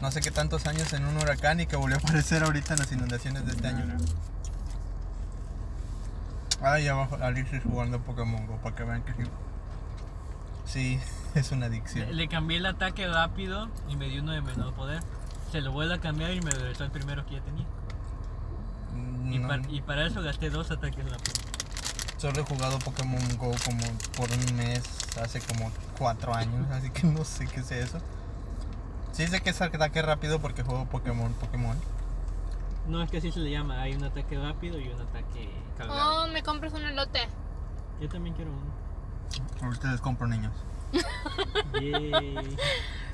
A: no sé qué tantos años en un huracán y que volvió a aparecer ahorita en las inundaciones de este año. Ay, abajo Alexis jugando Pokémon Go para que vean que sí. Sí, es una
C: le,
A: adicción.
C: le cambié el ataque rápido y me dio uno de menor poder. Se lo vuelvo a cambiar y me regresó el primero que ya tenía. Y,
A: Mm, No,
C: par- y para eso gasté dos ataques rápidos.
A: solo he jugado Pokémon Go como por un mes, hace como cuatro años, así que no sé qué es eso. Sí sé que es ataque rápido porque juego Pokémon, Pokémon.
C: No, es que así se le llama. Hay un ataque rápido y un ataque cargado.
B: Oh, me compras un elote. Oh.
C: Yo también quiero uno.
A: Ahorita les compro niños.
C: Yay.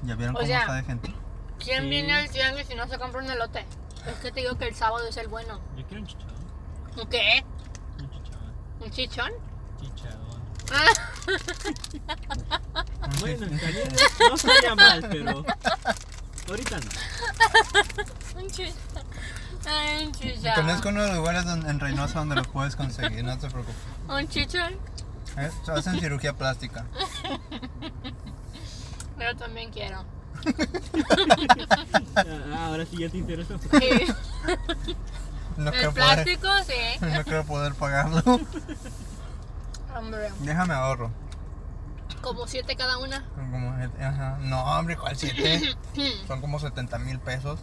A: ¿Ya vieron
B: O
A: cómo
B: sea,
A: está de gente?
B: ¿Quién
C: Sí.
B: viene al tianguis si no se compra un elote? Es que te digo que el sábado es el bueno.
C: Yo quiero un chicharrón.
B: ¿Un qué?
C: Un chicharrón.
B: ¿Un chichón?
C: Chicharrón.
B: Ah,
A: Ah,
C: Bueno, en italiano no sabía mal, pero. Ahorita no.
B: un chichón. Ay, un chichón.
A: Conozco uno de los lugares donde- en Reynosa donde lo puedes conseguir, no te preocupes.
B: ¿Un chichón?
A: ¿Eh? Hacen cirugía plástica.
B: Pero también quiero.
C: Ah, ahora sí ya te interesó.
B: Sí.
A: No
B: ¿El
A: creo, poder,
B: plástico? Sí.
A: no creo poder pagarlo.
B: Hombre,
A: Déjame ahorro.
B: como siete cada una.
A: Como- eh, ajá. No, hombre, ¿cuál siete? Son como 70 mil pesos.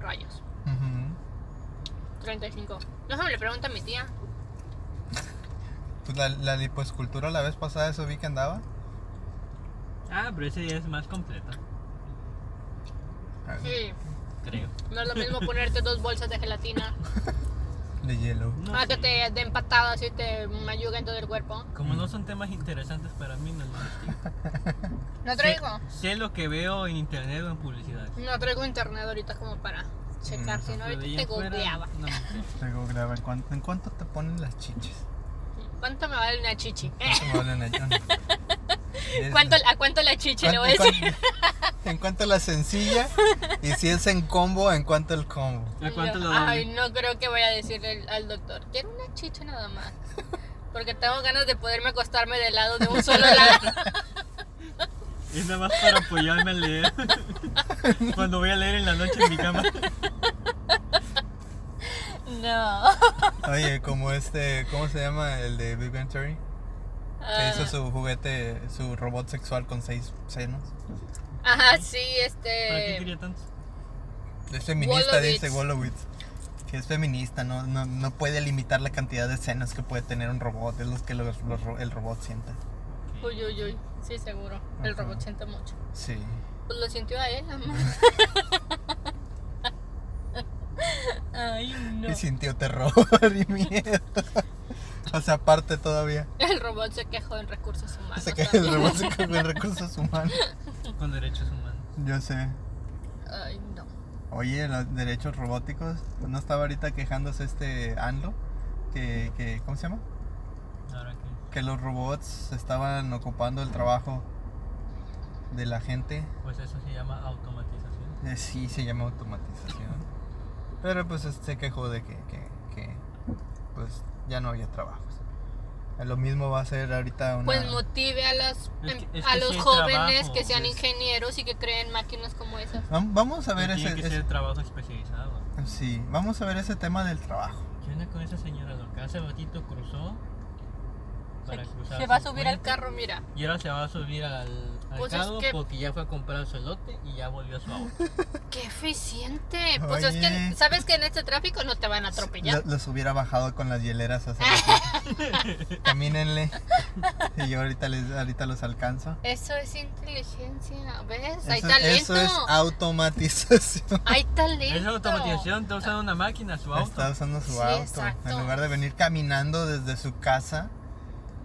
B: Rayos.
A: Ujú.
B: 35. No le pregunta a mi tía.
A: Pues la, la lipoescultura la vez pasada, eso vi que andaba.
C: Ah, pero ese ya es más completo,
A: Ah,
B: Sí.
C: creo.
B: No es lo mismo ponerte dos bolsas de gelatina.
A: De hielo.
C: No
B: Ah,
C: sé.
B: que te den patadas y te mayuga en todo el cuerpo.
C: Como no son temas interesantes para mí, no lo investigo.
B: No traigo.
C: Sé, sé lo que veo en internet o en publicidad.
B: No traigo internet ahorita como para checar, si no
C: Mm, Pero
B: ahorita
C: de ahí
B: te
C: en fuera,
B: googleaba.
C: No, me interesa.
A: Luego graba, ¿en cuánto, en cuánto te ponen las chiches?
B: ¿Cuánto me vale una chichi?
A: ¿Cuánto me valen allá? Es-
B: ¿Cuánto- ¿A cuánto la chichi le
A: ¿Cuánto-
B: voy a decir?
A: cuánto- en cuanto a la sencilla y si es en combo, en cuanto el combo.
C: ¿A cuánto
B: Yo,
C: lo
B: Ay,
C: doy?
B: no creo que vaya a decirle al- al doctor. Quiero una chicha nada más. Porque tengo ganas de poderme acostarme de lado de un solo lado.
C: Es nada más para apoyarme a leer. Cuando voy a leer en la noche en mi cama.
B: No.
A: Oye, como este, ¿cómo se llama el de Big Bang Theory?
B: Ah,
A: Que hizo su juguete, su robot sexual con seis senos.
B: Ajá, sí,
C: ¿Para qué
B: este.
C: quería tantos?
A: Es feminista,
B: Wolowitz.
A: dice Wolowitz. Que es feminista, no, no, no puede limitar la cantidad de senos que puede tener un robot, es lo que los- los ro- el robot sienta.
B: Uy, uy, uy. Sí, seguro. El
A: Ajá.
B: robot siente mucho.
A: Sí.
B: Pues lo sintió a él, amor. Ay, no.
A: Y sintió terror y miedo. O sea, aparte todavía.
B: El robot se quejó en recursos
A: O
B: humanos.
A: sea, que el
B: también.
A: robot se cogió en recursos humanos.
C: Con derechos humanos.
A: Yo sé.
B: Ay, no.
A: Oye, los derechos robóticos, ¿no estaba ahorita quejándose este ANLO? Que, que, ¿Cómo se llama?
C: Ahora que.
A: Que los robots estaban ocupando el trabajo de la gente.
C: Pues eso se llama automatización.
A: Eh, sí, se llama automatización. Pero pues es- se quejó de que, que, que, pues ya no había trabajos. Eh, Lo mismo va a ser ahorita una...
B: Pues motive a, las,
C: Es que- es
B: a
C: que
B: los
C: sí hay
B: jóvenes
C: trabajo, pues.
B: que sean
C: es-
B: ingenieros y que creen máquinas como esas.
A: Vam- Vamos a ver
C: Tiene
A: ese,
C: que
A: ese-
C: ser trabajo especializado.
A: sí, vamos a ver ese tema del trabajo.
C: ¿Qué onda con esa señora loca? Hace ratito cruzó para cruzar.
B: Se va a
C: su
B: subir al
C: puente,
B: carro, mira.
C: Y ahora se va a subir al, al
B: Pues es
C: carro
B: que-
C: porque ya fue a comprar su elote y ya volvió a su auto.
B: Qué eficiente. Pues es
A: Oye.
B: que sabes que en este tráfico no te van a atropellar.
A: Lo- los hubiera bajado con las hieleras hace ratito. Camínenle. Y yo ahorita, les, ahorita los alcanzo.
B: Eso es inteligencia. ¿Ves?
A: Eso,
B: Pues Hay
A: eso
B: talento.
A: es automatización.
B: Hay talento.
C: es automatización, está usando una máquina, su auto.
A: Está usando su
B: Sí,
A: auto.
B: exacto.
A: En lugar de venir caminando desde su casa.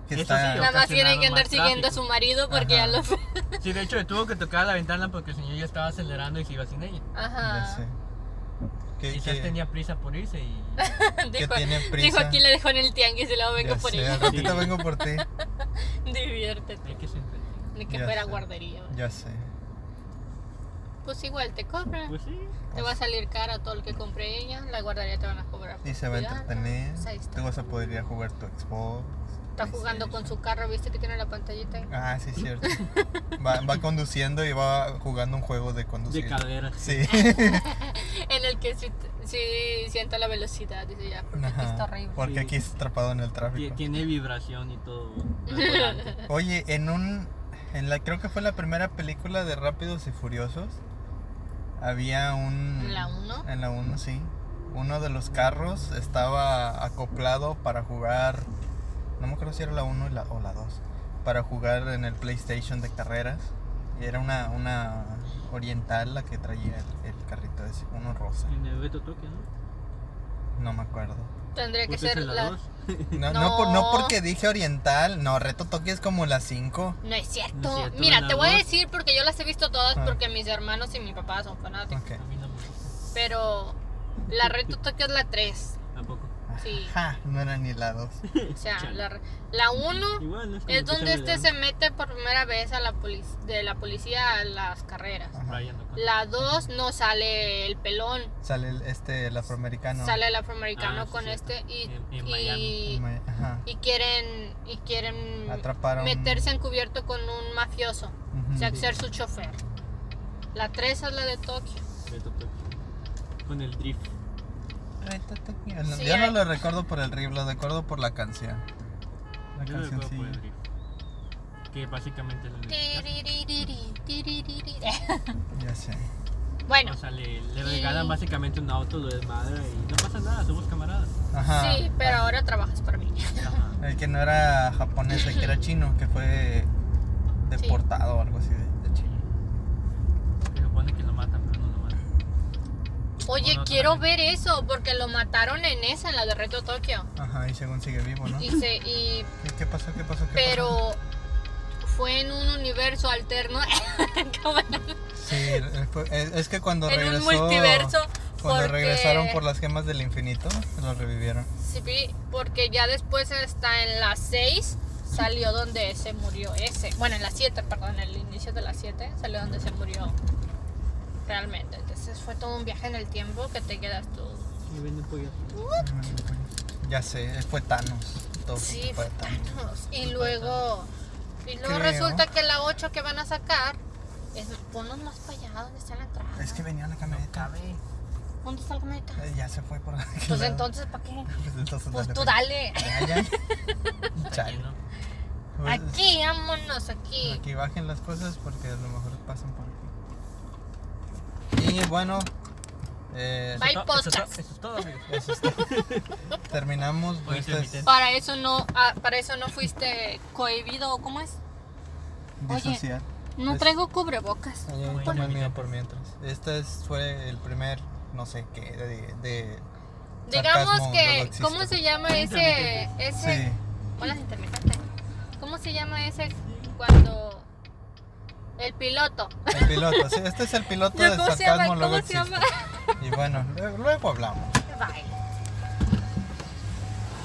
A: Que
C: Eso
A: está...
C: sí,
B: Nada más tiene
C: Ocasionado
B: que andar
C: más
B: siguiendo a
C: tráfico.
B: su marido porque
A: Ajá.
B: ya lo.
C: Sí, de hecho le tuvo que tocar la ventana porque el señor ya estaba acelerando y se iba sin ella.
A: Ya
B: Ajá.
A: sé. Que,
C: Quizás
A: que-
C: tenía prisa por irse y.
B: Dijo,
A: tiene
B: dijo
A: prisa.
B: aquí le dejó en el tianguis y luego vengo
A: ya
B: por
A: sé, al
B: ella.
A: ratito
C: Sí.
A: vengo por ti.
B: Diviértete.
C: Hay que se entretenga.
B: Ni que
A: Ya
B: fuera
A: sé.
B: guardería.
A: Ya sé.
B: Pues igual te cobran.
C: Pues sí.
B: Te va a salir cara todo lo que compré ella, la guardería te van a cobrar.
A: Y se va a
B: Cuidado.
A: entretener.
B: Pues ahí está.
A: Tú vas a poder ir a jugar tu Xbox.
B: Está jugando con su carro, viste que tiene la pantallita. ahí?
A: Ah, sí, es cierto. Va, va conduciendo y va jugando un juego de conducir.
C: De caderas.
A: Sí.
B: En el que sí, sí sienta la velocidad, dice ya, porque aquí
A: Ajá, Pues,
B: está horrible.
A: Porque
C: Sí.
A: aquí está atrapado en el
C: Tie-
A: tráfico.
C: Tiene vibración y todo. al volante.
A: Oye, en un. En la, creo que fue la primera película de Rápidos y Furiosos. Había un.
B: ¿En la uno?
A: En la 1, sí. Uno de los carros estaba acoplado para jugar. No me acuerdo si era la 1 la, o la 2. Para jugar en el PlayStation de carreras. Y era una, una oriental la que traía el, el carrito ese. Uno rosa.
C: En el Beto Toque, ¿no?
A: No me acuerdo.
B: Tendría que
C: Puta, es
B: ser
C: a las
B: la.
C: dos.
A: No, no, por- no
B: No.
A: porque dije oriental, no, Reto Tokio es como las 5.
B: No es cierto.
C: No es cierto,
B: Mira,
C: las
B: te voy a
C: dos.
B: decir porque yo las he visto todas
A: Ah.
B: porque mis hermanos y mi papá son fanáticos.
A: Ok.
C: A mí no me gusta.
B: Pero la Red Tokio es la 3.
C: Tampoco.
B: Sí.
A: Ja, no era ni la 2.
B: O sea,
C: Chale.
B: la, la 1
C: Igual no es como
B: es
C: que sea
B: donde este
C: legal.
B: se mete por primera vez a la polic- de la policía a las carreras.
C: Brian no cuenta.
B: La 2 no sale el pelón,
A: Sale el, este, el afroamericano.
B: sale el afroamericano
C: Ah, sí,
B: con
C: cierto.
B: este y,
C: En- en
B: y-
C: Miami.
A: Ajá.
B: y quieren y quieren
A: Atrapar a un- Mm,
B: meterse encubierto con un mafioso,
A: Ujú.
B: o sea, ser su chofer. La 3 es la de Tokio.
C: Me tocó. Con el drift.
A: Reto Tokio. No,
B: Sí,
A: Yo no
B: hay-
A: lo recuerdo por el rip, lo recuerdo por la canción. La
C: Yo lo puedo por el
A: cancioncilla.
C: drift. Que básicamente es la de.
B: Tiriririri, tiriririri.
A: Ya sé.
B: Bueno,
C: O sea, le, le regalan básicamente un auto, lo desmadra y no pasa nada, somos camaradas.
A: Ajá.
B: sí, pero ahora trabajas para mí.
C: Ajá.
A: El que no era japonés, el que era chino, que fue deportado o algo así de, de China.
C: Se supone que lo matan, pero no lo matan.
B: Oye,
C: Bueno,
B: quiero ver eso porque lo mataron en esa, en la de Reto Tokio.
A: Ajá, y según sigue vivo, ¿no?
B: Y
A: ¿Qué,
B: se, y,
A: qué pasó? ¿Qué pasó? ¿Qué pasó?
B: pero fue en un universo alterno. Como
A: Sí, eh, fue- eh, es que cuando
B: en un
A: regresó.
B: multiverso.
A: Cuando
B: porque-
A: regresaron por las gemas del infinito, lo revivieron.
B: Sí, porque ya después está en la 6 salió donde se murió ese. Bueno, en la 7, perdón, en el inicio de la 7 salió donde se murió realmente. Entonces fue todo un viaje en el tiempo que te quedas tú.
C: Y venden pollo.
A: Ya sé, fue Thanos. Todo
B: Sí,
A: fue
B: fue
A: Thanos.
B: Thanos. Y luego, y luego
A: Creo.
B: resulta que la 8 que van a sacar es ponnos más para allá donde está la entrada.
A: Es que venía la camioneta.
B: ¿Dónde está la camioneta?
A: Eh, ya se fue por aquí.
B: Pues entonces, ¿para qué?
A: Pues entonces
B: Pues tú
A: fe.
B: dale.
A: Ya, ya.
C: Está
A: Chale.
C: lleno.
A: Pues,
B: Aquí, vámonos aquí.
A: Aquí bajen las cosas porque a lo mejor pasan por aquí. Y bueno, eh,
B: Bye,
C: Eso es to-
B: podcast.
C: Eso es todo, amigos.
A: eso es todo. terminamos. Este
C: Oye,
A: es
C: intermitente.
B: Para eso no, ah, para eso no fuiste cohibido, ¿o ¿cómo es? Oye.
A: disociar.
B: No
A: Es-
B: traigo cubrebocas.
A: Oye,
C: Oye,
A: toma el mío
C: intermitente.
A: por mientras. Este es- fue el primer, no sé qué, de. de
B: Digamos
A: sarcasmo
B: que,
A: luego
B: ¿cómo
A: existe.
B: se llama ese,
C: Intermitente.
B: ese?
A: Sí.
B: Hola, intermitente. ¿Cómo se llama ese cuando el piloto?
A: El piloto, sí, este es el piloto
B: Yo,
A: de
B: ¿cómo se
A: sarcasmo
B: llama?
A: luego
B: ¿Cómo se
A: existe. Y bueno, luego, luego hablamos.
B: Bye.